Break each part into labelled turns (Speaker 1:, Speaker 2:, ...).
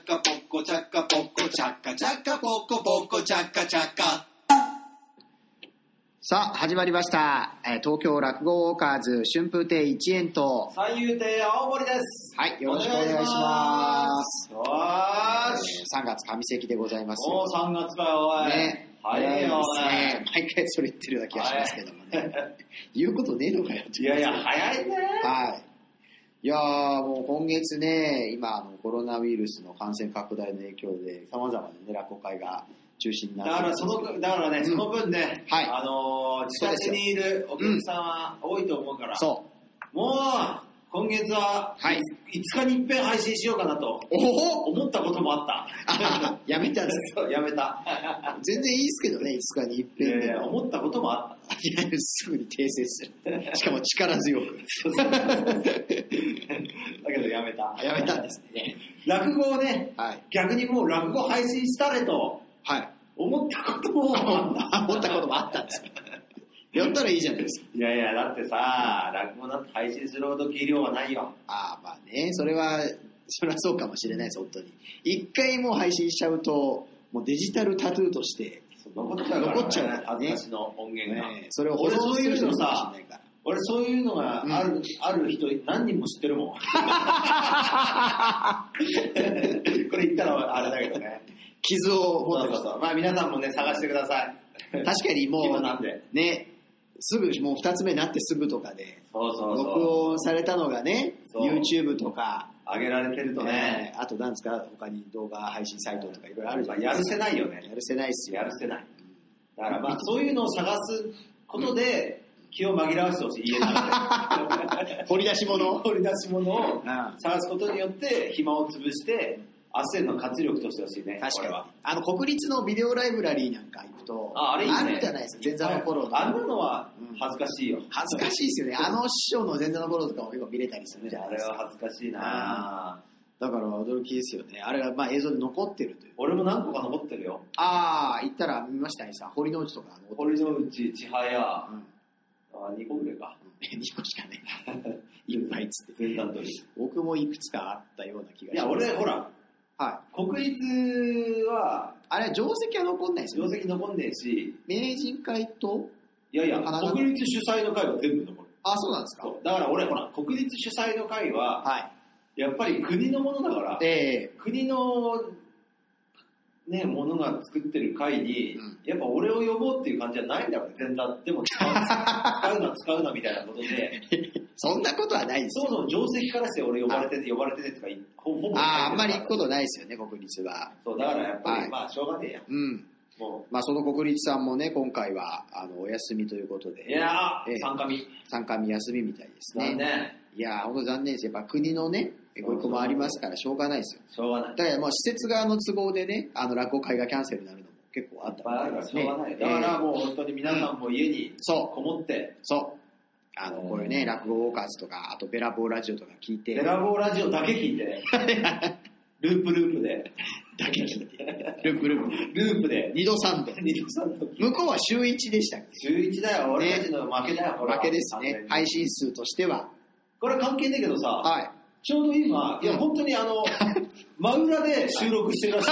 Speaker 1: チャカポコチャカチャカポコポコチャカチャカ
Speaker 2: さあ、始まりました。えー東京落語ウォーカーズ春風亭一円と、
Speaker 1: 三遊亭青森です
Speaker 2: はい、よろしくお願いします。
Speaker 1: よーし
Speaker 2: えー3月上関でございます
Speaker 1: も
Speaker 2: よ
Speaker 1: う。3月かよおい
Speaker 2: ね、
Speaker 1: 早いよおい
Speaker 2: 早いですね。毎回それ言ってるような気がしますけどもね。 言うことねえのかよって
Speaker 1: いやいや早いね
Speaker 2: はい。いやーもう今月ね、今あのコロナウイルスの感染拡大の影響で、様々なね、落語会が中止にな
Speaker 1: だ
Speaker 2: って
Speaker 1: か
Speaker 2: る
Speaker 1: ら
Speaker 2: んです
Speaker 1: そ
Speaker 2: けど
Speaker 1: のだからねその分ね、
Speaker 2: はい
Speaker 1: あのー自宅にいるお客さんは多いと思うから、
Speaker 2: そう。
Speaker 1: もう今月は
Speaker 2: はい
Speaker 1: 5日に一遍配信しようかなと
Speaker 2: おお
Speaker 1: 思ったこともあった
Speaker 2: やめたんです
Speaker 1: そうやめ た、
Speaker 2: 全然いいですけどね、5日に一遍で
Speaker 1: えー
Speaker 2: も。
Speaker 1: 思ったこともあっ
Speaker 2: いやすぐに訂正する。しかも力強く。
Speaker 1: ただけどやめた
Speaker 2: やめたんですね。
Speaker 1: 落語をね
Speaker 2: はい。
Speaker 1: 逆にもう落語配信したれと
Speaker 2: はい。
Speaker 1: 思ったこともあった
Speaker 2: 思ったこともあったんですよやったらいいじゃないですか。
Speaker 1: いやいや、だってさ、落語なんて配信するほど技量はないよ。
Speaker 2: ああ、まあね、それは、それはそうかもしれないです、本当に。一回もう配信しちゃうと、もうデジタルタトゥーとして、
Speaker 1: 残っちゃうから、ね。
Speaker 2: 残っちゃうからね
Speaker 1: 恥ずかしの音源が。
Speaker 2: ねそれを
Speaker 1: 俺そういうのさ
Speaker 2: 保存するかもしれないから
Speaker 1: 俺そういうのがある、ある人何人も知ってるもん。 これ言ったらあれだけどね。
Speaker 2: 傷を持
Speaker 1: そ
Speaker 2: っ
Speaker 1: う
Speaker 2: てま
Speaker 1: そう
Speaker 2: す。
Speaker 1: そう。まあ皆さんもね、探してください。
Speaker 2: 確かにも
Speaker 1: 今なんで。
Speaker 2: う、ね、すぐ、もう二つ目になってすぐとかで、
Speaker 1: そうそう
Speaker 2: 録
Speaker 1: そ
Speaker 2: 音されたのがね、
Speaker 1: そう
Speaker 2: YouTube とか、
Speaker 1: う。上げられてるとね、
Speaker 2: えーあと何ですか、他に動画配信サイトとかいろいろあるじゃない
Speaker 1: や
Speaker 2: で
Speaker 1: る
Speaker 2: す
Speaker 1: せないよね
Speaker 2: か。。やるせないっすよ。
Speaker 1: やるせない。だからまあそういうのを探すことで、気を紛らわしてほしい。家の中で。
Speaker 2: 掘り出 し物。
Speaker 1: 掘り出し物を
Speaker 2: うん
Speaker 1: 探すことによって暇を潰して汗の活力としてほしいね
Speaker 2: 確
Speaker 1: これ
Speaker 2: か
Speaker 1: は
Speaker 2: に。あの、国立のビデオライブラリーなんか行くと、
Speaker 1: ああれいいね
Speaker 2: るじゃないですか、前座の頃の。
Speaker 1: あんなのは
Speaker 2: うん
Speaker 1: 恥ずかしいよ、
Speaker 2: 恥ずかしいですよね。あの師匠の前座の頃とかも結構見れたりするじゃな
Speaker 1: あ
Speaker 2: いで
Speaker 1: れ
Speaker 2: す
Speaker 1: は
Speaker 2: か。
Speaker 1: 恥ずかしいな
Speaker 2: だから驚きですよね。あれがまあ映像で残ってるという。
Speaker 1: 俺も何個か残ってるよ
Speaker 2: ああ、行ったら見ましたねさ、堀之内とか残って
Speaker 1: 堀
Speaker 2: る。
Speaker 1: 之内千早あ
Speaker 2: うん。
Speaker 1: 2個ぐらいか
Speaker 2: 2個しかね、い っぱいっつって。
Speaker 1: 前段取りい
Speaker 2: 僕もいくつかあったような気がします。
Speaker 1: や俺ほ。ら
Speaker 2: はい。
Speaker 1: 国立は
Speaker 2: あれ、定石は残んないです
Speaker 1: 定
Speaker 2: よね。
Speaker 1: 石残んねえし
Speaker 2: 名人会と
Speaker 1: いやいや
Speaker 2: あなんか
Speaker 1: 国立主催の会は全部残る
Speaker 2: あ、そうなんですか
Speaker 1: そうだから俺ほら国立主催の会は
Speaker 2: は
Speaker 1: やっぱり国のものだから
Speaker 2: い。え
Speaker 1: 国の、ね、ものが作ってる会に、
Speaker 2: うん
Speaker 1: やっぱ俺を呼ぼうっていう感じじゃないんだよね、全然。でも使う使うな、使うなみたいなこと で、
Speaker 2: えそんなことはないです
Speaker 1: そ
Speaker 2: よ。
Speaker 1: もそも定石からして俺呼ばれてて、呼ばれててとか、ほぼほぼ
Speaker 2: ああ、あんまり行くことないですよね、国立は。
Speaker 1: そう、だからやっぱり、
Speaker 2: はい
Speaker 1: まあ、しょうがねえや。
Speaker 2: うん。
Speaker 1: も
Speaker 2: まあ、その国立さんもね、今回は、あの、お休みということ
Speaker 1: う、い
Speaker 2: で、
Speaker 1: や
Speaker 2: え
Speaker 1: ー、
Speaker 2: え
Speaker 1: 参加見。
Speaker 2: 参加見休みみたいです
Speaker 1: 残
Speaker 2: ね。
Speaker 1: 念。
Speaker 2: いやー、ほんと残念です。やっぱ国のね、ご意向もありますから、しょうがないですよ。
Speaker 1: しょうがない。
Speaker 2: だから、もう施設側の都合でね、あの、落語会がキャンセルになるのも結構あっ
Speaker 1: いったぱいあるから、しょうがない。
Speaker 2: ね
Speaker 1: だからもう本当に皆さんも家に
Speaker 2: そう、
Speaker 1: こもって、
Speaker 2: そう。あの、これね、落語ウォーカーズとか、あと、ベラボーラジオとか聞いて、
Speaker 1: ベラボーラジオだけ聞いて ね、ループループで、
Speaker 2: だけ聞いて、ループループ、
Speaker 1: ループで、
Speaker 2: 二度三度。
Speaker 1: 二度三度
Speaker 2: 向こうは週1でしたっけ
Speaker 1: 週一だよ、俺たちの負けだよ、これは
Speaker 2: 負けですね。
Speaker 1: 完全に
Speaker 2: 配信数としては。
Speaker 1: これ関係ねえけどさ、
Speaker 2: はい。
Speaker 1: ちょうど今、いや、本当にあ の、真裏で収録してるらしい。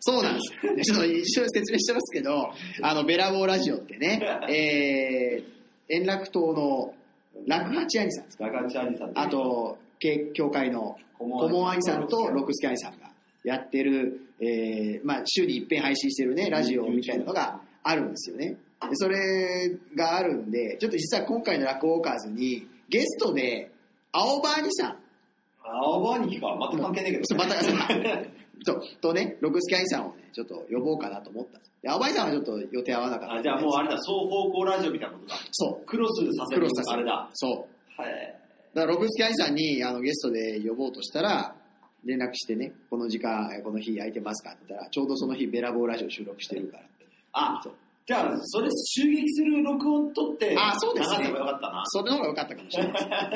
Speaker 2: そうな んです。ちょっと一緒に説明してますけど、あの、ベラボーラジオって ね、えー、円楽党の楽八兄さんですか
Speaker 1: 中地兄さん
Speaker 2: あ、と、け教会の
Speaker 1: 顧
Speaker 2: 顧問兄さんと六助兄さんがやってる、えー、まあ、週に一遍配信してるね、ラジオみたいなのがあるんですよね。でそれがあるんで、ちょっと実は今回の落語ウォーカーズに、ゲストで、青葉兄さん、
Speaker 1: 青葉兄貴か、全く関係ねえけ
Speaker 2: ちょ
Speaker 1: ど。
Speaker 2: っと またそうとね、六助兄さんをね、ちょっと呼ぼうかなと思ったんです。で、青井さんはちょっと予定合わなかったん
Speaker 1: あ
Speaker 2: で。
Speaker 1: じゃあもうあれだ、双方向ラジオみたいなことだ。
Speaker 2: そう。
Speaker 1: クロスさせ
Speaker 2: ク
Speaker 1: る
Speaker 2: ロスさせ
Speaker 1: あ
Speaker 2: る
Speaker 1: れだ。
Speaker 2: そう。
Speaker 1: はい。
Speaker 2: だから六助兄さんにあのゲストで呼ぼうとしたら、連絡してね、この時間、えこの日空いてますかって言ったら、ちょうどその日、ベラボーラジオ収録してるから。
Speaker 1: あ
Speaker 2: そう、
Speaker 1: じゃあ、それ襲撃する録音取って、
Speaker 2: あそうですね
Speaker 1: 流せばよかったな。
Speaker 2: それの方が良かったかもしれな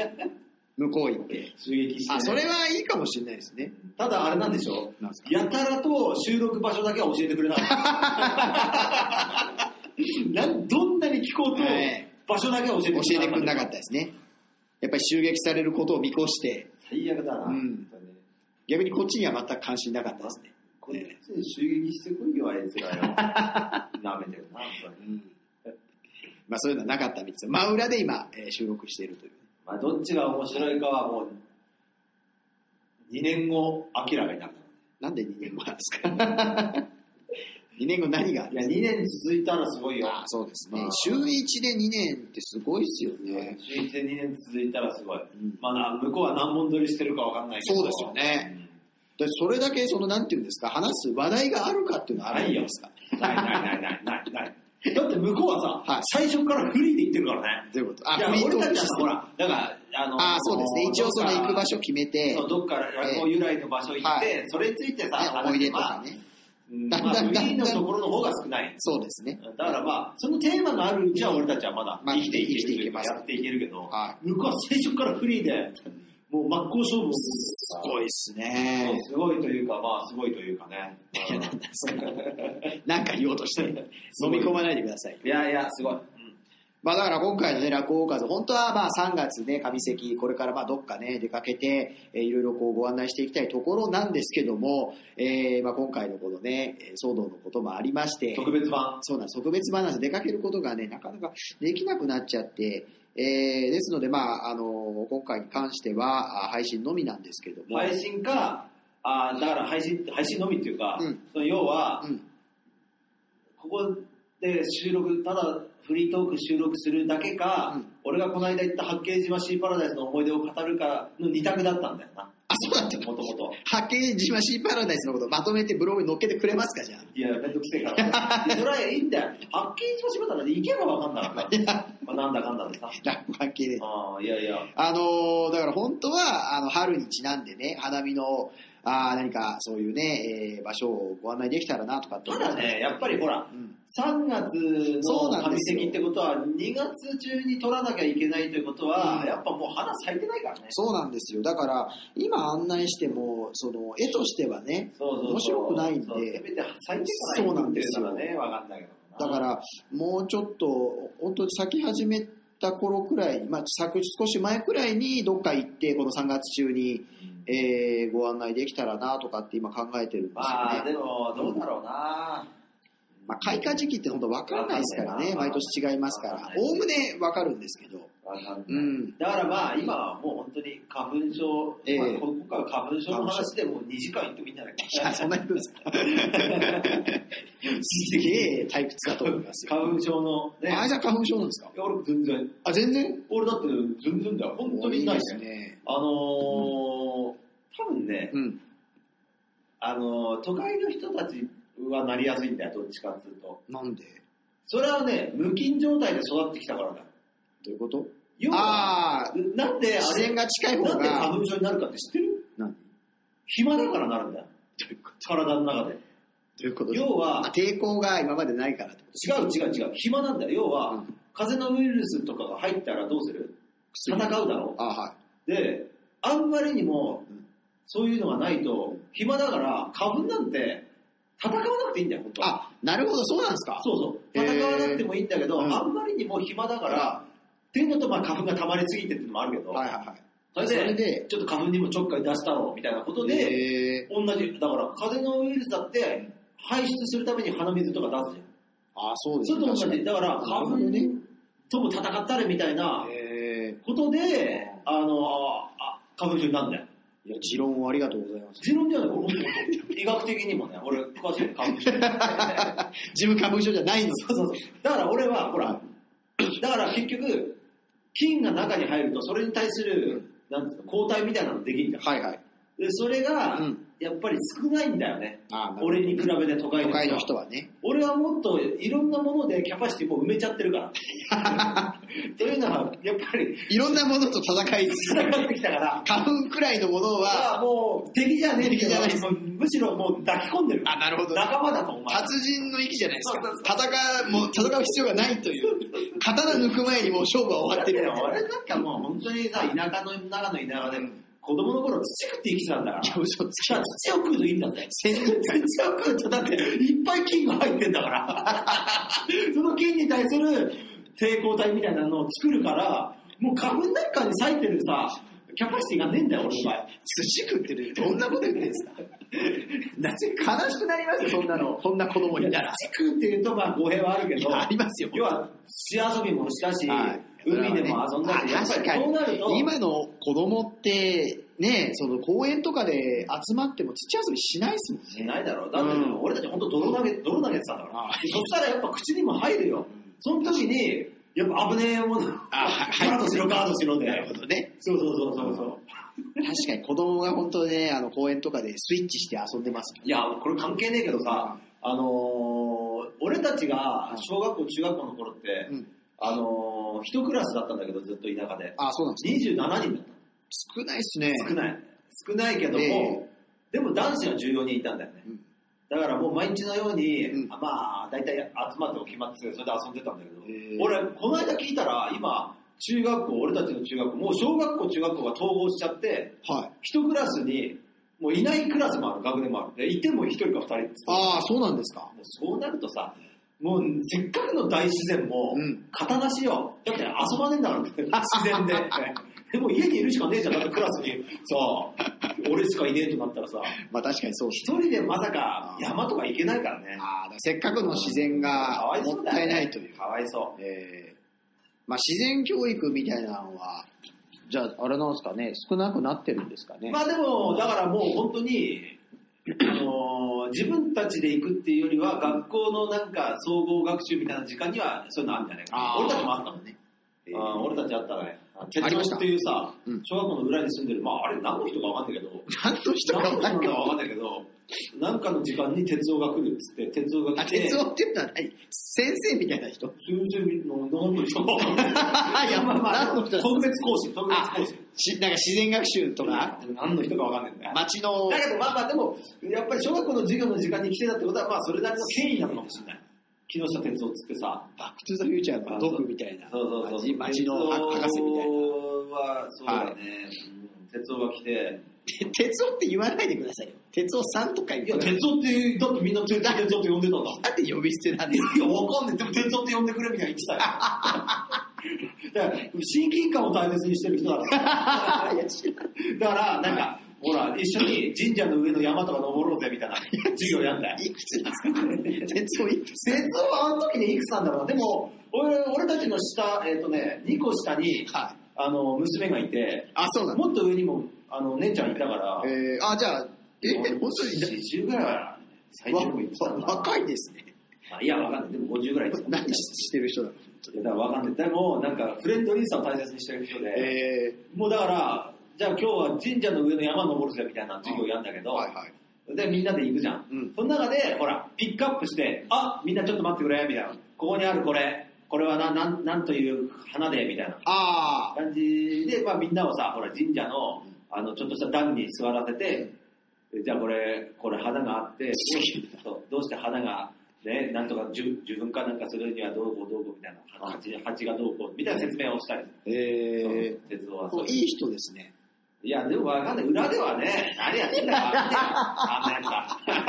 Speaker 2: いです。向こう行って。
Speaker 1: 襲撃してね。
Speaker 2: あ、それはいいかもしれないですね。
Speaker 1: ただあれなんでしょ
Speaker 2: なんですか
Speaker 1: やたらと収録場所だけは教えてく れなかった。なんどんなに聞こうと
Speaker 2: はい、
Speaker 1: 場所だけは教えて
Speaker 2: 教えてくれなか
Speaker 1: っ
Speaker 2: ったですね。やっぱり襲撃されることを見越して、
Speaker 1: た。最悪だな。
Speaker 2: うん
Speaker 1: 本当に
Speaker 2: 逆にこっちには全く関心なかったですね。
Speaker 1: こっちに襲撃してこいよ、あいつ らよ。舐めてるな、それ。
Speaker 2: まあそういうのはなかったみたいです。真裏で今、えー収録しているという。
Speaker 1: まあ、どっちが面白いかはもう、2年後、アキラがいたんだ。
Speaker 2: なんで2年後なんですか ?2 年後何があ
Speaker 1: い
Speaker 2: る
Speaker 1: や、2年続いたらすごいよ。
Speaker 2: ああ、そうですね
Speaker 1: まあ。
Speaker 2: 週1で2年ってすごいっすよね。
Speaker 1: 週1で2年続いたらすごい。
Speaker 2: うん
Speaker 1: まあな、向こうは何本撮りしてるかわかんないけど。
Speaker 2: そうですよね。でそれだけ、その、なんていうんですか、話す話題があるかっていうのはあるんですか。
Speaker 1: ないないないないないない。 だって向こうはさ、
Speaker 2: はい
Speaker 1: 最初からフリーで行ってるからね。
Speaker 2: どういうことあ
Speaker 1: いや、
Speaker 2: フリート
Speaker 1: 俺
Speaker 2: ー
Speaker 1: た
Speaker 2: ク
Speaker 1: ちは
Speaker 2: システ
Speaker 1: ほ
Speaker 2: ム
Speaker 1: ら、だから、あの、
Speaker 2: ああ、そうですね。一応その行く場所決めて、
Speaker 1: そうどっから落語由来の場所行って、
Speaker 2: え
Speaker 1: それについてさ、
Speaker 2: ね、思い出とかね。
Speaker 1: うんまあ、 フリーのところの方が少ない。
Speaker 2: そうですね。
Speaker 1: だからまあ、そのテーマがあるうちは俺たちはまだ
Speaker 2: まあ
Speaker 1: 生きていける
Speaker 2: 生きていけます
Speaker 1: やっていけるけど、
Speaker 2: は
Speaker 1: 向こうは最初からフリーで、もう真っ向勝負す
Speaker 2: すごいっすね。
Speaker 1: すごいというか、まあすごいというか ね。
Speaker 2: いや、なんですか。なんか言おうとしてる、飲み込まないでください。
Speaker 1: いやいや、すごい。
Speaker 2: まあだから今回のね、落語会本当はまあ3月ね、上関、これからまあどっかね、出かけて、えーいろいろこうご案内していきたいところなんですけども、えーまあ今回のこのね、えー騒動のこともありまして、
Speaker 1: 特別版。
Speaker 2: そうなんです特別話出かけることがね、なかなかできなくなっちゃって、えーですので、まあ、あの、今回に関しては、あ配信のみなんですけども、
Speaker 1: 配信か、あーだから配信、配信のみっていうか、
Speaker 2: うん
Speaker 1: その要は、
Speaker 2: うん、
Speaker 1: ここで収録、ただフリートーク収録するだけか、
Speaker 2: うん
Speaker 1: 俺がこの間行った八景島シーパラダイスの思い出を語るかの二択だったんだよな、
Speaker 2: あ、そうだった
Speaker 1: もともと。
Speaker 2: 八景島シーパラダイスのことまとめてブログに載っけてくれますか、じゃあ。
Speaker 1: いや、めんどくせえから。それはいいんだよ。八景島シーパラダイス行けばわかんなかった。まあ、なんだかんだでさ。
Speaker 2: 落語系で。
Speaker 1: ああ、いやいや。
Speaker 2: あのーだから本当は、あの、春にちなんでね、花見の、あー何かそういうね、えー場所をご案内できたらなとかって
Speaker 1: た
Speaker 2: 思って
Speaker 1: だね、やっぱりほら
Speaker 2: う、ん、
Speaker 1: 3月
Speaker 2: そう
Speaker 1: の
Speaker 2: なん
Speaker 1: 上
Speaker 2: ですよ
Speaker 1: 席ってことは、2月中に取らなきゃいけないということは、
Speaker 2: うん
Speaker 1: やっぱもう花咲いてないからね。
Speaker 2: そうなんですよ。だから、今案内しても、その、絵としてはね、
Speaker 1: そうそうそう
Speaker 2: 面白くないんで
Speaker 1: そうせめて咲いてから行くっていうのはね、わかんないけど
Speaker 2: だ
Speaker 1: な。
Speaker 2: から、もうちょっと、本当に咲き始めた頃くらいに、まあ、昨日少し前くらいに、どっか行って、この3月中に、えーご案内できたらなとかって今考えてるんですよ
Speaker 1: まあ、
Speaker 2: ね。
Speaker 1: でも、どうだろうな。
Speaker 2: まあ、開花時期って本当分からないですからね、
Speaker 1: わかんない
Speaker 2: 毎
Speaker 1: な
Speaker 2: 年違いますか
Speaker 1: わからんな、い
Speaker 2: おおむね分かるんですけど、
Speaker 1: わかん
Speaker 2: う
Speaker 1: ない。
Speaker 2: ん、
Speaker 1: だからまあ、今はもう本当に花粉症、
Speaker 2: ええ
Speaker 1: まあ今回は花粉症の話でもう2時間行ってもいいんじゃない
Speaker 2: いや、そんなに行くんで すか、すげえ退屈かと思いますよ。
Speaker 1: 花粉症のね、
Speaker 2: あじゃあ花粉症なんですか
Speaker 1: いや俺全然、
Speaker 2: あ、全然
Speaker 1: 俺だって全然だよ。本当にないね。
Speaker 2: ね。
Speaker 1: あのー、多分ね、
Speaker 2: うん、
Speaker 1: あのー都会の人たちはなりやすいんだよ、どっちかっていうと。
Speaker 2: なんで
Speaker 1: それはね、無菌状態で育ってきたからだよ。
Speaker 2: どういうこと
Speaker 1: 要は、
Speaker 2: ああ、
Speaker 1: なんであ
Speaker 2: 自
Speaker 1: れ
Speaker 2: 然が近い方
Speaker 1: なんで花
Speaker 2: が、
Speaker 1: 粉症になるかって知ってる
Speaker 2: 何ど
Speaker 1: 暇だからなるんだよ。
Speaker 2: ういうこと
Speaker 1: 体の中で。
Speaker 2: どういうこと
Speaker 1: 要
Speaker 2: あ
Speaker 1: は、
Speaker 2: 抵抗が今までないからってこ
Speaker 1: 違う違う違う。暇なんだよ。要
Speaker 2: と
Speaker 1: は、
Speaker 2: うん
Speaker 1: 風邪のウイルスとかが入ったらどうする戦
Speaker 2: 薬
Speaker 1: うだろ
Speaker 2: あは
Speaker 1: で、あんまりにも
Speaker 2: うん、
Speaker 1: そういうのがないと、暇だから、花粉なんて、戦わなくていいんだよ、本当
Speaker 2: い。
Speaker 1: は。
Speaker 2: あ、なるほど、そうなんですか
Speaker 1: そうそ
Speaker 2: へ
Speaker 1: う。
Speaker 2: ー
Speaker 1: 戦わなくてもいいんだけど、
Speaker 2: うん
Speaker 1: あんまりにも暇だから、っていうのと、まあ、花粉が溜まりすぎてっていうのもあるけど、
Speaker 2: はいはいはい。
Speaker 1: それ
Speaker 2: それ
Speaker 1: で、
Speaker 2: で、
Speaker 1: ちょっと花粉にもちょっかい出したろう、みたいなことで、
Speaker 2: えー
Speaker 1: 同じ、だから、風邪のウイルスだって、排出するために鼻水とか出すじゃん。
Speaker 2: あそうで
Speaker 1: そ
Speaker 2: す
Speaker 1: れと同じ。だから、
Speaker 2: なる
Speaker 1: 花
Speaker 2: ほ
Speaker 1: 粉
Speaker 2: どね
Speaker 1: とも戦ったれみたいな
Speaker 2: えー
Speaker 1: ことで、あの、あ花粉症になるんだよ。
Speaker 2: いや、持論をありがとうございます。
Speaker 1: 持論じゃない、これ本当に。医学的にもね、俺、詳しい花粉症。だ
Speaker 2: 自分花粉症じゃないんです。そうそうそう。
Speaker 1: から俺は、ほら、だから結局、菌が中に入ると、それに対する、なんていうの、抗体みたいなのできるんだよ。
Speaker 2: はいはい。
Speaker 1: で、それが、
Speaker 2: うん
Speaker 1: やっぱり少ないんだよね。
Speaker 2: あ
Speaker 1: 俺に比べて都会
Speaker 2: 都
Speaker 1: の
Speaker 2: 会
Speaker 1: 人
Speaker 2: の
Speaker 1: は。
Speaker 2: 人はね。
Speaker 1: 俺はもっといろんなものでキャパシティもう埋めちゃってるから。 というのは、やっぱり、
Speaker 2: いろんなものと戦いつつ、
Speaker 1: 戦ってきたから、
Speaker 2: 花粉くらいのものは、
Speaker 1: ああもう敵じゃねえ
Speaker 2: 敵じゃない
Speaker 1: もうむしろもう抱き込んでる。
Speaker 2: あ、なるほど。
Speaker 1: 仲間だと、お前。
Speaker 2: 達人の域じゃないです
Speaker 1: そう
Speaker 2: か。戦う、もう戦う必要がないという。刀抜く前にもう勝負は終わってる。
Speaker 1: だ俺なんかもう本当にさ、田舎の中の田舎で、子供の頃土食って生きてたんだから。
Speaker 2: 嘘つ
Speaker 1: 土は土を食うといいんだって。
Speaker 2: 先
Speaker 1: 土を食うとだっていっぱい菌が入ってんだから。 その菌に対する抵抗体みたいなのを作るから、もう花粉なんかに咲いてるさ、キャパシティがねえんだよ、俺の場合。
Speaker 2: 土食ってるどんなこと言ってですか。悲しく なりますよ、そん なの。そんな子供いたら。
Speaker 1: 地区っていうとまあ語弊はあるけど、
Speaker 2: ありますよ。
Speaker 1: 要は、土遊びもしたし、
Speaker 2: はい
Speaker 1: 海でも遊んだし、
Speaker 2: ま
Speaker 1: や
Speaker 2: あ
Speaker 1: っぱ
Speaker 2: 確
Speaker 1: り
Speaker 2: か
Speaker 1: そうなると、
Speaker 2: に。今の子供って、ね、その公園とかで集まっても土遊びしないですもんね。
Speaker 1: しないだろう。だって、
Speaker 2: うん
Speaker 1: 俺たち本当泥投げ、泥投げてたんだから。そしたらやっぱ口にも入るよ。その時に、やっぱ危ねえもの、
Speaker 2: あ はい
Speaker 1: ガードしろ、ガードしろで。
Speaker 2: なるほどね。
Speaker 1: そうそうそうそうそう。
Speaker 2: 確かに子供が本当ね、あの公園とかでスイッチして遊んでます。
Speaker 1: いや、これ関係ねえけどさ、あのー俺たちが小学校、中学校の頃って、
Speaker 2: うん。
Speaker 1: あのー一クラスだったんだけど、ずっと田舎で。
Speaker 2: あ、そうなんで
Speaker 1: 27人だった。
Speaker 2: す。少ないっすね。
Speaker 1: 少ない。少ないけども、
Speaker 2: え
Speaker 1: でも男子は14人いたんだよね。
Speaker 2: うん
Speaker 1: だからもう毎日のように、
Speaker 2: うん
Speaker 1: あまあ、大体集まっても決まってて、それで遊んでたんだけど、
Speaker 2: へえ
Speaker 1: 俺、この間聞いたら、今、中学校、俺たちの中学校、もう小学校、中学校が統合しちゃって、
Speaker 2: はい。
Speaker 1: 一クラスに、もういないクラスもある、学年もある。で、いても一人か二人っつって
Speaker 2: ああ、そうなんですか。
Speaker 1: もうそうなるとさ、もうせっかくの大自然も
Speaker 2: うん、
Speaker 1: 型なしよ。だって遊ばねえんだから、 自然で。でも家にいるしかねえじゃん、だってクラスに。そう。俺しかいねえとなったらさ、
Speaker 2: まあ確かにそうっす
Speaker 1: 一人でまさか山とか行けないからね。
Speaker 2: ああ、だからせっかくの自然
Speaker 1: か
Speaker 2: が
Speaker 1: わいそ
Speaker 2: も
Speaker 1: う
Speaker 2: っ
Speaker 1: だよね
Speaker 2: たいないという。
Speaker 1: かわいそう。
Speaker 2: えーまあ自然教育みたいなのは、じゃああれなんですかね、少なくなってるんですかね。
Speaker 1: まあでも、だからもう本当に、あのー自分たちで行くっていうよりは、学校のなんか総合学習みたいな時間にはそういうのあるんじゃないかな。
Speaker 2: ー
Speaker 1: 俺たちもあったもんね。
Speaker 2: えー
Speaker 1: あー俺たちあったね。
Speaker 2: ありま
Speaker 1: 鉄
Speaker 2: し
Speaker 1: 道
Speaker 2: た
Speaker 1: っていうさ
Speaker 2: うん、
Speaker 1: 小学校の裏に住んでる、まああれ何の人かわかんないけど、
Speaker 2: 何の人か
Speaker 1: 何の人か
Speaker 2: 分かんない。
Speaker 1: わかんないけど、なんかの時間に鉄道が来るっつって、鉄道が
Speaker 2: あ、
Speaker 1: 来て、
Speaker 2: 哲夫っていうのは何先生みたいな 人
Speaker 1: 先生の何の人 かわかんない。
Speaker 2: いや、まあ、何の人だ
Speaker 1: 特別講師、特別
Speaker 2: あ
Speaker 1: 講師。
Speaker 2: しなんか自然学習とか、
Speaker 1: 何の人かわかんないんだよ。
Speaker 2: 町の
Speaker 1: だけどまあまあでも、やっぱり小学校の授業の時間に来てたってことは、まあそれなりの権威なのかもしれない。木下哲夫っつってさ、
Speaker 2: バックトゥザフューチャーのドクみたいな、
Speaker 1: そうそうそう。
Speaker 2: 町町の博士みたいな。
Speaker 1: 鉄道は、そうだね。うん鉄道が来て、
Speaker 2: て哲夫って言わないでくださいよ。哲夫さんとか言
Speaker 1: いや、
Speaker 2: う
Speaker 1: 鉄夫って、だってみんな鉄夫鉄夫って呼んでたんだ。
Speaker 2: なんで呼び捨てなんですか
Speaker 1: いや、わかんない。でも鉄夫って呼んでくれみたいな言ってたよ。だから、親近感を大切にしてる人だから。
Speaker 2: いや知らない
Speaker 1: だから、なんか、ほら、一緒に神社の上の山とか登ろうぜみたいな授業やんだよ。
Speaker 2: いく つなんですか哲夫いくつ
Speaker 1: 鉄夫はあの時にいくつなんだろうな。でも、俺俺たちの下、えっ、とね、2個下に、
Speaker 2: はい。
Speaker 1: あの、娘がいて、
Speaker 2: あ、そうなんだ。
Speaker 1: もっと上にも、あの、姉ちゃんいたから、
Speaker 2: えー、あ、じゃあ、えー、本
Speaker 1: 40ぐらいは
Speaker 2: 当
Speaker 1: 最
Speaker 2: に
Speaker 1: 低でもいってたの
Speaker 2: わ
Speaker 1: かな
Speaker 2: 若いですね。
Speaker 1: あいや、わかんない。でも50ぐらいですもんね
Speaker 2: 何してる人だろ
Speaker 1: いやだからわかんない。でも、なんか、フレンドリーさを大切にしてる人
Speaker 2: う。
Speaker 1: で、
Speaker 2: え
Speaker 1: もうだから、じゃあ今日は神社の上の山登るぜみたいな授業やんだけ
Speaker 2: ー、
Speaker 1: ど、
Speaker 2: はいはい。
Speaker 1: で、みんなで行くじゃん。
Speaker 2: うん
Speaker 1: その中で、ほら、ピックアップして、あみんなちょっと待ってくれ、みたいな。ここにあるこれ、これはな、なん、なんという花で、みたいな
Speaker 2: あ
Speaker 1: 感じで、まあみんなをさ、ほら、神社の、あの、ちょっとした段に座らせて、じゃあこれ、これ花があって、そうどうして花が、ね、なんとかじゅ受粉かなんかするにはどうこうどうこうみたいな、蜂蜂がどうこうみたいな説明をしたり
Speaker 2: ー、え
Speaker 1: 鉄道は
Speaker 2: ー、こ
Speaker 1: そうう。
Speaker 2: いい人ですね。
Speaker 1: いや、でもわかんない。裏ではね、何やってんだかわかんねえよあんなやつは。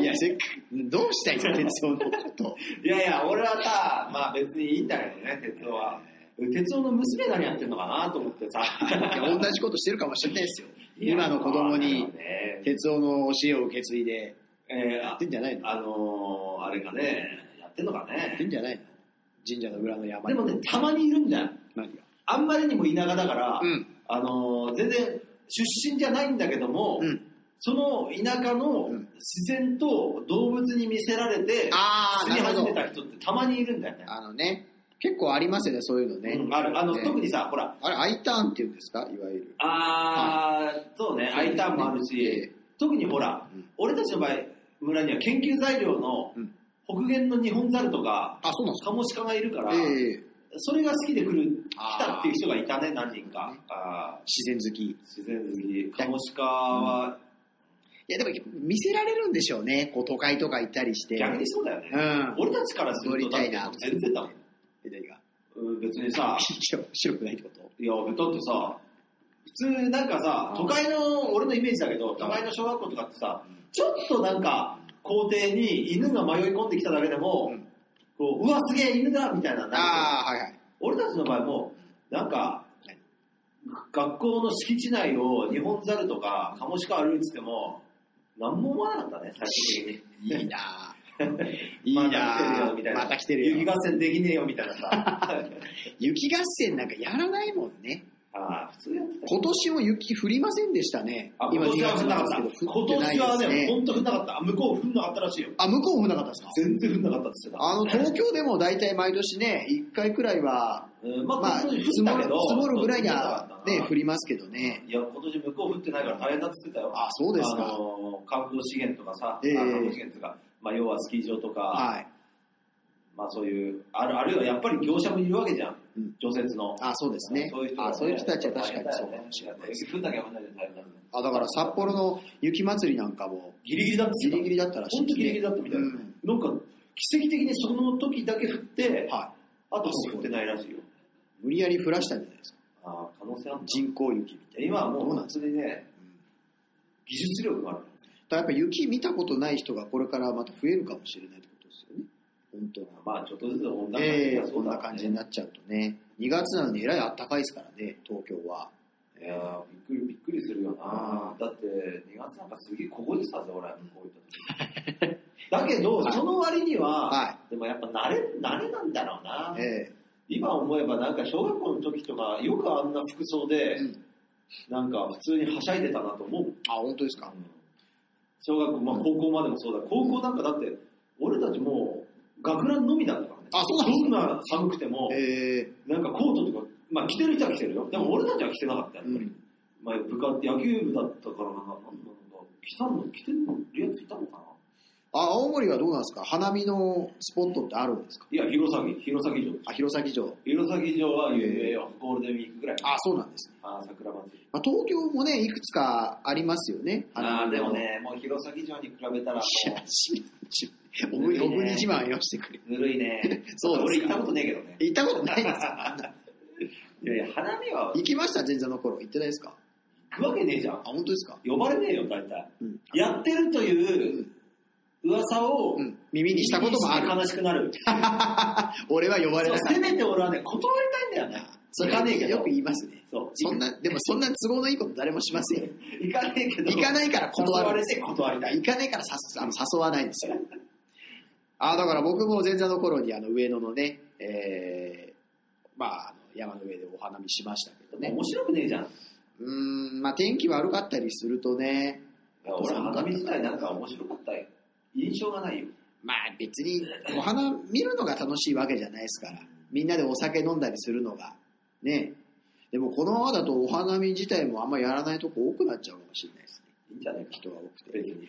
Speaker 2: いや、せっかく、どうしたいの哲夫のこと。
Speaker 1: いやいや、俺はさ、まあ別にいいんだけどね、鉄道は。鉄道の娘何やってんのかなと思ってさ。
Speaker 2: いや同じことしてるかもしれないですよ。今の子供
Speaker 1: いや
Speaker 2: に
Speaker 1: まあ、ね
Speaker 2: 哲夫の教えを受け継いで、
Speaker 1: えー
Speaker 2: やっ
Speaker 1: あ
Speaker 2: てんじゃないのや
Speaker 1: あのー、あれかね、やってんのか
Speaker 2: って
Speaker 1: ね。
Speaker 2: んじゃないの神社の裏の山
Speaker 1: で
Speaker 2: に。
Speaker 1: もね、たまにいるんだよ。
Speaker 2: 何が
Speaker 1: あんまりにも田舎だから、
Speaker 2: うん
Speaker 1: あのー全然出身じゃないんだけども、
Speaker 2: うん。
Speaker 1: その田舎の
Speaker 2: うん
Speaker 1: 自然と動物に見せられて、
Speaker 2: あー
Speaker 1: 住み
Speaker 2: なる
Speaker 1: 始
Speaker 2: ほど
Speaker 1: めた人ってたまにいるんだよね。
Speaker 2: あのね、結構ありますよね、そういうのね。
Speaker 1: うんあるあの
Speaker 2: ね
Speaker 1: 特にさ、ほら、
Speaker 2: あれ、アイターンっていうんですかいわゆる。
Speaker 1: あー、そうね、空いたんもあるし
Speaker 2: え、
Speaker 1: 特にほら、
Speaker 2: うん
Speaker 1: 俺たちの場合、村には研究材料の
Speaker 2: うん
Speaker 1: 北限のニホンザルとか、
Speaker 2: あ、そうなんですか
Speaker 1: カモシカがいるから、
Speaker 2: ええ
Speaker 1: それが好きで来る、来
Speaker 2: あー
Speaker 1: たっていう人がいたね、何人か。あ
Speaker 2: 自然好き。い
Speaker 1: ー自然好き。カモシカは、
Speaker 2: や、でも見せられるんでしょうね。こう都会とか行ったりして。
Speaker 1: 逆にそうだよね。
Speaker 2: うん。
Speaker 1: 俺たちからすると、だって全然だもん。
Speaker 2: え何が
Speaker 1: うん別にさ、
Speaker 2: 白くないってこと
Speaker 1: いや、だってさ、普通なんかさ、
Speaker 2: うん
Speaker 1: 都会の、俺のイメージだけど、都会の小学校とかってさ
Speaker 2: うん、
Speaker 1: ちょっとなんか、校庭に犬が迷い込んできただけでも、
Speaker 2: うん
Speaker 1: こう、うわ、すげえ犬だみたいな。
Speaker 2: ああ、はいはい。
Speaker 1: 俺たちの場合も、なんか
Speaker 2: 何、
Speaker 1: 学校の敷地内を日本猿とかカモシカ歩いてても、何も思わなかったね、最終的に。
Speaker 2: いいなぁいいな
Speaker 1: また来てるよ、みたい
Speaker 2: ぁ
Speaker 1: な。
Speaker 2: また来て る
Speaker 1: 雪
Speaker 2: よ。
Speaker 1: 合戦できねえよ、みたいな さ。
Speaker 2: 雪合戦なんかやらないもんね。
Speaker 1: ああ、普通やってた
Speaker 2: 今年も雪降りませんでしたね。
Speaker 1: あ今年は降んなかった。
Speaker 2: 月
Speaker 1: 今
Speaker 2: な
Speaker 1: 年は
Speaker 2: んですけど降ってないで
Speaker 1: ね、
Speaker 2: す
Speaker 1: 本当降んなかった。あ向こう降んなかったらしいよ。
Speaker 2: あ、向こうも降んなかったですか
Speaker 1: 全然降んなかったって言ってた。
Speaker 2: あの、東京でも大体毎年ね、1回くらいは、
Speaker 1: うんまあ、
Speaker 2: まあ、
Speaker 1: 今年降
Speaker 2: 積
Speaker 1: っ
Speaker 2: も
Speaker 1: た
Speaker 2: る
Speaker 1: けど、
Speaker 2: 積もるぐらいに
Speaker 1: 降んなか
Speaker 2: は
Speaker 1: ったな
Speaker 2: ね、降りますけどね。
Speaker 1: いや、今年向こう降ってないから大変だって言ってたよ。
Speaker 2: あ、そうです
Speaker 1: あ
Speaker 2: か。
Speaker 1: の観光資源とかさ、
Speaker 2: ええ
Speaker 1: あ観光資源とか、まあ、要はスキー場とか、
Speaker 2: はい。
Speaker 1: まあそういう、あるあるいはやっぱり業者もいるわけじゃん、
Speaker 2: うん
Speaker 1: 除雪の。
Speaker 2: あ、そうですね
Speaker 1: そういう。人
Speaker 2: あ、そういう人たちは
Speaker 1: 大
Speaker 2: 確か
Speaker 1: 変
Speaker 2: に
Speaker 1: だ
Speaker 2: そ
Speaker 1: よ
Speaker 2: うか
Speaker 1: ね
Speaker 2: もしれないです。
Speaker 1: 雪降んなきゃ降んなきゃ大変だね。
Speaker 2: あ、だから札幌の雪祭りなんかも、
Speaker 1: ギリギリだった
Speaker 2: ギリギリだったらしい
Speaker 1: 本
Speaker 2: で
Speaker 1: 当
Speaker 2: す
Speaker 1: ギリギリ
Speaker 2: ね。
Speaker 1: だったみたいな。
Speaker 2: うん
Speaker 1: なんか、奇跡的にその時だけ降って、
Speaker 2: は
Speaker 1: あともう降ってないらしいよ。
Speaker 2: い。無理やり降らしたんじゃないですか。
Speaker 1: あー可能性あるの
Speaker 2: 人工雪みたいな。
Speaker 1: 今はも
Speaker 2: ど
Speaker 1: う
Speaker 2: うなん
Speaker 1: 本当にね、技術力がある。
Speaker 2: だからやっぱ雪見たことない人がこれからまた増えるかもしれないってことですよね。本当は。
Speaker 1: まあちょっとずつ温暖化
Speaker 2: ええ
Speaker 1: が
Speaker 2: そんな感じになっちゃうとね。2月なのにえらい暖かいですからね、東京は。
Speaker 1: いやーびっくりびっくりするよな、
Speaker 2: うん
Speaker 1: だって2月なんかすげえここでしたぜ俺こうい った時だけどその割には、
Speaker 2: は
Speaker 1: でもやっぱ慣れ慣れなんだろうな、
Speaker 2: え
Speaker 1: 今思えばなんか小学校の時とかよくあんな服装
Speaker 2: え
Speaker 1: で
Speaker 2: うん
Speaker 1: なんか普通にはしゃいでたなと思う、
Speaker 2: あ、本当ですか。
Speaker 1: 小学校、まあ、高校までもそうだ高校なんかだって俺たちもう学ランのみだったからね
Speaker 2: あそうなんです
Speaker 1: どんな寒くても、
Speaker 2: ええ
Speaker 1: なんかコートとか、まあ、着てる人は着てるよでも俺たちは着てなかったやっぱり、
Speaker 2: うん
Speaker 1: まあ、部活野球部だったからな、なんだろう、来たの、来てんの、リアクいたのかな
Speaker 2: あ、青森はどうなんですか花見のスポットってあるんですか
Speaker 1: いや、弘前、弘前城。
Speaker 2: あ、弘前城。
Speaker 1: 弘前城は有名よ、ゴールデンウィークぐらい。
Speaker 2: あ、そうなんですね。
Speaker 1: あー、桜祭り。
Speaker 2: まあ、東京もね、いくつかありますよね。
Speaker 1: あー、でも。ね、もう弘前城に比べ たら、も
Speaker 2: いや、し、し、お国お国自慢よしてくれ。。
Speaker 1: う、ぬるいね
Speaker 2: そうです
Speaker 1: 俺
Speaker 2: か
Speaker 1: 行ったことねえけどね。
Speaker 2: 行ったことないですか
Speaker 1: いやいや、花見は
Speaker 2: 行きました前座の頃。行ってないですか
Speaker 1: 行くわけねえじゃん
Speaker 2: あ、。本当ですか
Speaker 1: 呼ばれねえよ、大体。
Speaker 2: うん
Speaker 1: やってるという噂を
Speaker 2: う、ん。耳にしたこともある。
Speaker 1: 悲しくなる。
Speaker 2: 俺は呼ば
Speaker 1: そ
Speaker 2: れな
Speaker 1: う
Speaker 2: かっ
Speaker 1: せめて俺はね、断りたいんだよね。
Speaker 2: そ
Speaker 1: 行
Speaker 2: れ
Speaker 1: かねえけど。
Speaker 2: よく言いますね。
Speaker 1: そう。
Speaker 2: そんな、でもそんな都合のいいこと誰もしませんよ。
Speaker 1: 行かねえけど。
Speaker 2: 行かないから
Speaker 1: 誘
Speaker 2: 断
Speaker 1: わ
Speaker 2: る
Speaker 1: れ。て断りたい。
Speaker 2: 行かないから誘あの誘わないんですよ。あだから僕も前座の頃にあの上野のね、えーまあ、あの山の上でお花見しましたけどね。
Speaker 1: 面白くねえじゃん。
Speaker 2: うーん、まあ天気悪かったりするとね、
Speaker 1: 俺、花見自体なんか面白かったよ。印象がないよ。
Speaker 2: まあ別にお花見るのが楽しいわけじゃないですから、みんなでお酒飲んだりするのが、ね。でもこのままだとお花見自体もあんまやらないとこ多くなっちゃうかもしれないですね。
Speaker 1: いいんじゃないか。
Speaker 2: 人が多く
Speaker 1: 別
Speaker 2: て。
Speaker 1: に。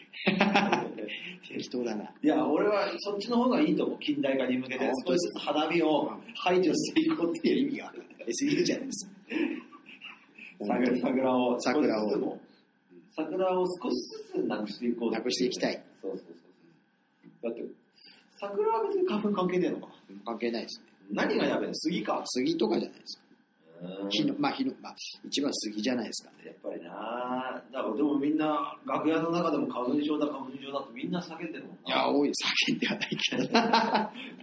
Speaker 2: 適当だな。
Speaker 1: いや、俺はそっちの方がいいと思う。近代化に向けて
Speaker 2: あ、
Speaker 1: 少しずつ花見を排除していこうって
Speaker 2: いや
Speaker 1: いう
Speaker 2: 意味がわかんない。SU じゃないですか。
Speaker 1: 桜桜を、
Speaker 2: 桜を
Speaker 1: 少しずつも桜を少しずつなくしていこうっう
Speaker 2: なくしていきたい。
Speaker 1: そうそうそう。だって、桜は別に花粉関係ねえのか。
Speaker 2: 関係ないですね。
Speaker 1: 何がやべえの杉か。
Speaker 2: 杉とかじゃないですか。
Speaker 1: うん
Speaker 2: 木の、まあ、木の、まあ、一番杉じゃないですか
Speaker 1: やっぱりなだからでもみんな楽屋の中でも花粉症だ花粉症だってみんな叫んでるもん
Speaker 2: いや、
Speaker 1: な
Speaker 2: 多い。叫んではないけど。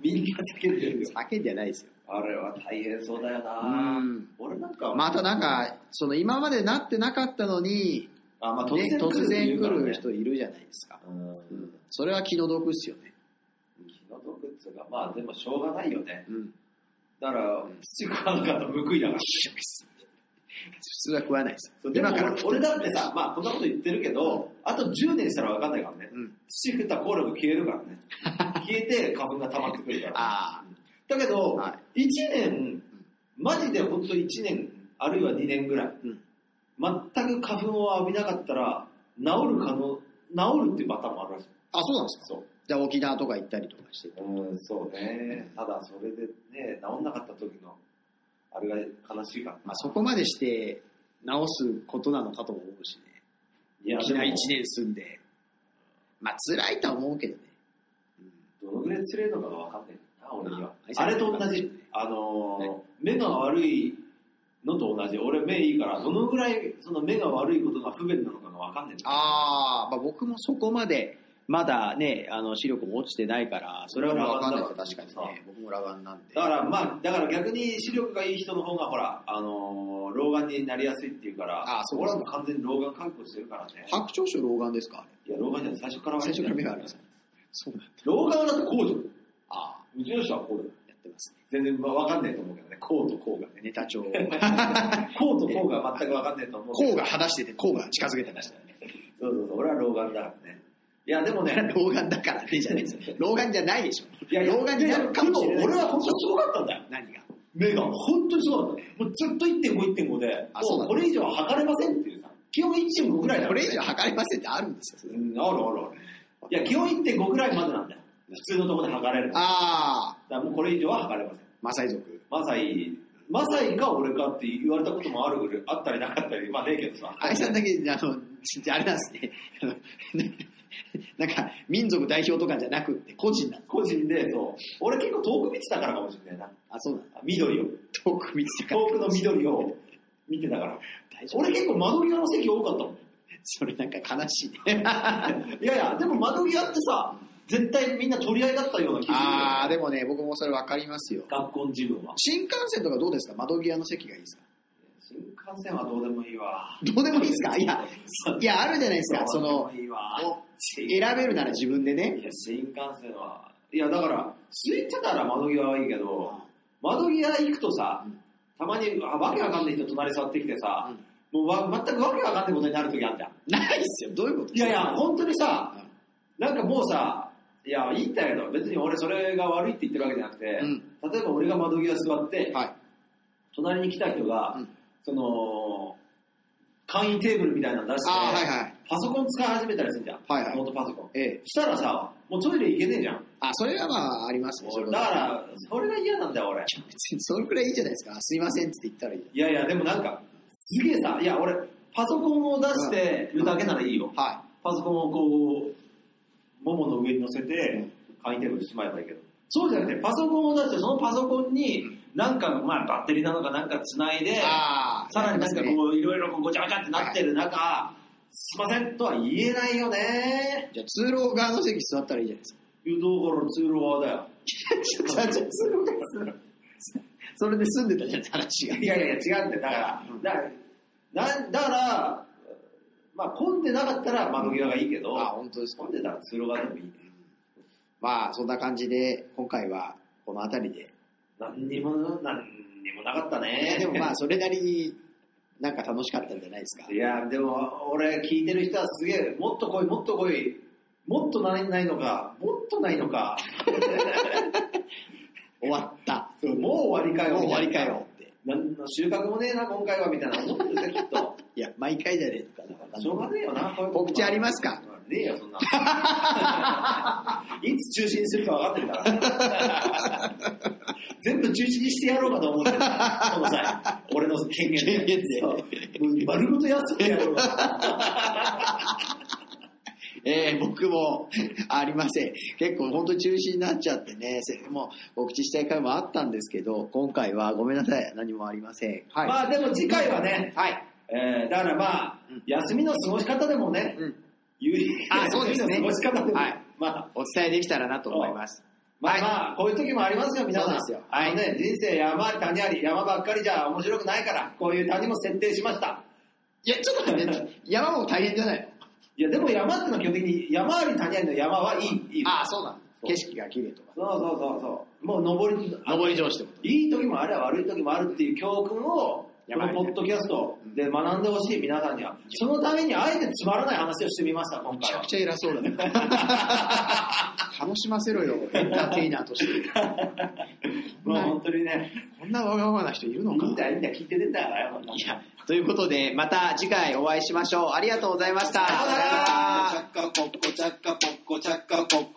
Speaker 1: みんな叫んで るよ
Speaker 2: 叫んではないですよ。
Speaker 1: あれは大変そうだよ
Speaker 2: う。
Speaker 1: なん俺なんか
Speaker 2: またなんか、その今までなってなかったのに、
Speaker 1: あ、まあ、突
Speaker 2: ね、
Speaker 1: 然
Speaker 2: 突然来る
Speaker 1: 人
Speaker 2: 人いるじゃないですか。
Speaker 1: うん
Speaker 2: うん。それは気の毒っすよね。
Speaker 1: 気の毒っつうかまあでもしょうがないよね
Speaker 2: うん。
Speaker 1: だから土食わなかったら報いだから
Speaker 2: 普通は食わないです
Speaker 1: そ
Speaker 2: よ
Speaker 1: う。でも
Speaker 2: 今から。
Speaker 1: 俺だってさまあこんなこと言ってるけどあと10年したら分かんないからね
Speaker 2: うん。
Speaker 1: 土食ったら効力消えるから ね消えて花粉が溜まってくるから
Speaker 2: あ
Speaker 1: だけ
Speaker 2: あ。
Speaker 1: ど、
Speaker 2: はい。
Speaker 1: 1年、マジで本当1年、あるいは2年ぐらい、
Speaker 2: うん
Speaker 1: 全く花粉を浴びなかったら、治る可能、治るっていうパターンもあるらしい。
Speaker 2: あ、そうなんですか。
Speaker 1: そう。
Speaker 2: じゃあ沖縄とか行ったりとかして。
Speaker 1: うん、そうね。ただ、それでね、治んなかった時の、あれが悲しいから。
Speaker 2: まあそこまでして直すことなのかとも思うしね。
Speaker 1: いや、
Speaker 2: 沖縄
Speaker 1: で
Speaker 2: 1
Speaker 1: も
Speaker 2: 年住んで。まあ辛いとは思うけどね。
Speaker 1: どのぐらい釣れるのかが分かんないな、俺には。
Speaker 2: あ
Speaker 1: あれと同じ、あのー目が悪いのと同じ。俺目いいから、どのぐらいその目が悪いことが不便なのかが分かんないんだよ
Speaker 2: ああ、まあ僕もそこまで
Speaker 3: まだね、あの、視力も落ちてないから、それは
Speaker 1: う
Speaker 3: も
Speaker 1: ん
Speaker 3: う
Speaker 2: わかんないですよ、確かにね。僕も裸眼なんで。
Speaker 1: だからまあ、だから逆に視力がいい人の方がほら、あのー老眼になりやすいっていうから、
Speaker 2: あそうか
Speaker 1: 俺はもう完全に老眼覚悟してるからね。
Speaker 2: 白鳥賞老眼ですか
Speaker 1: いや、老眼じゃない、最初から
Speaker 2: あれ最初から目があ
Speaker 1: る
Speaker 2: るんですよ。そうなんだ。
Speaker 1: 老眼はだってこうじゃん。
Speaker 2: ああ、
Speaker 1: うちの人はこうだよ。
Speaker 2: やってます。
Speaker 1: 全然まあわかんないと思うけどね、こうとこうがね。
Speaker 2: ネタ帳。
Speaker 1: こうとこうが全くわかんないと思うけど。
Speaker 2: 甲が裸してて、甲が近づけてましたよね。
Speaker 1: そうそうそう、俺は老眼だからね。いや、でもね、
Speaker 2: 老眼だからってじゃないですよ。老眼じゃないでしょ。
Speaker 1: いやいや
Speaker 2: 老眼になるかもしれない
Speaker 1: でも俺は本当にすごかったんだよ。
Speaker 2: 何が
Speaker 1: 目が本当にそうなんだよ。もうずっと1.5、1.5で、
Speaker 2: あそうな
Speaker 1: も
Speaker 2: んだ
Speaker 1: うこれ以上は測れませんっていうさ、基本1.5ぐらいだ
Speaker 2: こ
Speaker 1: からね
Speaker 2: れ以上測れませんってあるんですよ。
Speaker 1: うん、あるあるある。いや、基本1.5ぐらいまでなんだよ。普通のところで測れる。だか
Speaker 2: ああ、
Speaker 1: らもうこれ以上は測れません。
Speaker 2: マサイ族。
Speaker 1: マサイ、マサイか俺かって言われたこともあるぐらい、あったりなかったり、まあねえけどさ。
Speaker 2: あれさんだけ、あの、ちあれなんですね。 あのなんか、民族代表とかじゃなくって、個人なんです。
Speaker 1: 個人で、そう。俺結構遠く見てたからかもしれないな。
Speaker 2: あ、そうなんだ。
Speaker 1: あ緑を。
Speaker 2: 遠く見てたから。
Speaker 1: 遠くの緑を見てたから。
Speaker 2: 大丈夫
Speaker 1: 俺結構窓際の席多かったもん。
Speaker 2: それなんか悲しいね。
Speaker 1: いやいや、でも窓際ってさ、絶対みんな取り合いだったような気がするよ。
Speaker 2: ああ、でもね、僕もそれわかりますよ。
Speaker 1: 学校の自分は。
Speaker 2: 新幹線とかどうですか窓際の席がいいですか
Speaker 1: 新幹線はどうでもいいわ。
Speaker 2: どうでもいいですかいや、いや、あるじゃないですか。そ
Speaker 1: どう
Speaker 2: の、
Speaker 1: でもいいわ
Speaker 2: 選べるなら自分でね
Speaker 1: い。や、新幹線は。いや、だから、空いてたら窓際はいいけど、窓際行くとさ
Speaker 2: うん、
Speaker 1: たまに、あわけわかんない人隣座ってきてさ
Speaker 2: うん、
Speaker 1: もうわ全くわけわかんないことになるときあんじゃん。
Speaker 2: ないっすよ。どういうこと
Speaker 1: いやいや、本当にさ
Speaker 2: うん、
Speaker 1: なんかもうさ、いや、いいんだけど、別に俺それが悪いって言ってるわけじゃなくて、
Speaker 2: う
Speaker 1: 例えば俺が窓際座って、
Speaker 2: はい。
Speaker 1: 隣に来た人が、
Speaker 2: うん
Speaker 1: その、簡易テーブルみたいなの出して、
Speaker 2: ああ、はいはい。
Speaker 1: パソコン使い始めたりするじゃん。
Speaker 2: はいはい
Speaker 1: ノートパソコン。
Speaker 2: ええ。
Speaker 1: したらさ、もうトイレ行けねえじゃん。
Speaker 2: あ、それはまあ、ありますね。それは
Speaker 1: だから、それが嫌なんだよ、俺。
Speaker 2: 別にそれくらいいいじゃないですか。すいませんって言ったらいいじ
Speaker 1: いやいや、でもなんか、すげえさ、いや、俺、パソコンを出してるだけならいいよ。
Speaker 2: ゃん。は
Speaker 1: パソコンをこう、ももの上に乗せて、簡易テーブルしまえばいいけど。そうじゃなくて、パソコンを出して、そのパソコンに、なんか、まあ、バッテリーなのかなんか繋いで
Speaker 2: い。、ああ。
Speaker 1: さらになんか
Speaker 2: ね
Speaker 1: こう、いろいろこうごちゃごちゃってなってる中、すいませんとは言えないよね。
Speaker 2: じゃあ通路側の席座ったらいいじゃない ですか。
Speaker 1: 誘導から通路側だよ。
Speaker 2: じゃあ、じゃあ通路側座それで済んでたじゃないです か、話
Speaker 1: い
Speaker 2: が。
Speaker 1: やいやいや、違うんだよ。だから、だから、なんだから、まあ混んでなかったら窓際がいいけど、
Speaker 2: あ、本当ですか。
Speaker 1: 混んでたら通路側でもいいね。
Speaker 2: まあ、そんな感じで、今回はこの辺りで。
Speaker 1: 何にも、何にもなかったね。
Speaker 2: でもまあ、それなりになんか楽しかったんじゃないですか
Speaker 1: い。や、でも俺聞いてる人はすげえ、もっと来い、もっと来い、もっとないないのか、もっとないの か、
Speaker 2: 終わった。
Speaker 1: そうもう終わりかよ。
Speaker 2: もう終わりかよって。
Speaker 1: 何の収穫もねえな、今回は、みたいな思ってるぜ、きっと。
Speaker 2: いや、毎回じゃねえとか、なんか
Speaker 1: しょうがねえよ な、こういうこと
Speaker 2: 告知ありますか
Speaker 1: ねえよ、そんな。 いつ中止にするか分かってるから。 全部中止にしてやろうかと思ってた。この際、俺の権限で。
Speaker 2: 権限で
Speaker 1: そうもう丸ごとやってやろうか
Speaker 2: えー僕も ありません。結構本当に中止になっちゃってね、せもう告知したい回もあったんですけど、今回はごめんなさい、何もありません。はい。
Speaker 1: まあでも次回はね、
Speaker 2: はい。
Speaker 1: えーだからまあ
Speaker 2: うん、
Speaker 1: 休みの過ごし方でもね、
Speaker 2: うん
Speaker 1: 有意
Speaker 2: あそうですね
Speaker 1: 休みの過ごし方でも、
Speaker 2: はい
Speaker 1: まあ、
Speaker 2: お伝えできたらなと思います。
Speaker 1: まあ
Speaker 2: はい
Speaker 1: まあ、こういう時もありますよ、皆さん。
Speaker 2: そうですよ
Speaker 1: あのね、人生山あり谷あり、山ばっかりじゃ面白くないから、こういう谷も設定しました。
Speaker 2: いや、ちょっと待って、山も大変じゃない
Speaker 1: いや、でも山ってのは基本的に山あり谷ありの山はいい。いい
Speaker 2: のああ、そうなの。
Speaker 1: そう
Speaker 2: 景色が綺麗とか。
Speaker 1: そうそうそうそう。もう登り、あ
Speaker 2: 上り上司ってこと。
Speaker 1: いい時もあれば悪い時もあるっていう教訓を、こ
Speaker 2: 山あ
Speaker 1: の
Speaker 2: り
Speaker 1: ポ
Speaker 2: 谷
Speaker 1: ッドキャストで学んでほしい皆さんには、そのためにあえてつまらない話をしてみました、今
Speaker 2: めち
Speaker 1: 回
Speaker 2: ゃ
Speaker 1: は
Speaker 2: く。ちゃ偉 そうだね。楽しませろよ、エンターテイナーとして。ゃ
Speaker 1: もう本当にね、
Speaker 2: こんなわがままな人いる
Speaker 1: い
Speaker 2: のか
Speaker 1: いんだ、いいんだ、聞いて出たからよ。
Speaker 2: いや、ということで、また次回お会いしましょう。ありがとうございました。
Speaker 1: さようなら
Speaker 4: チャッカポッコチャッカポッコチャッカポッコ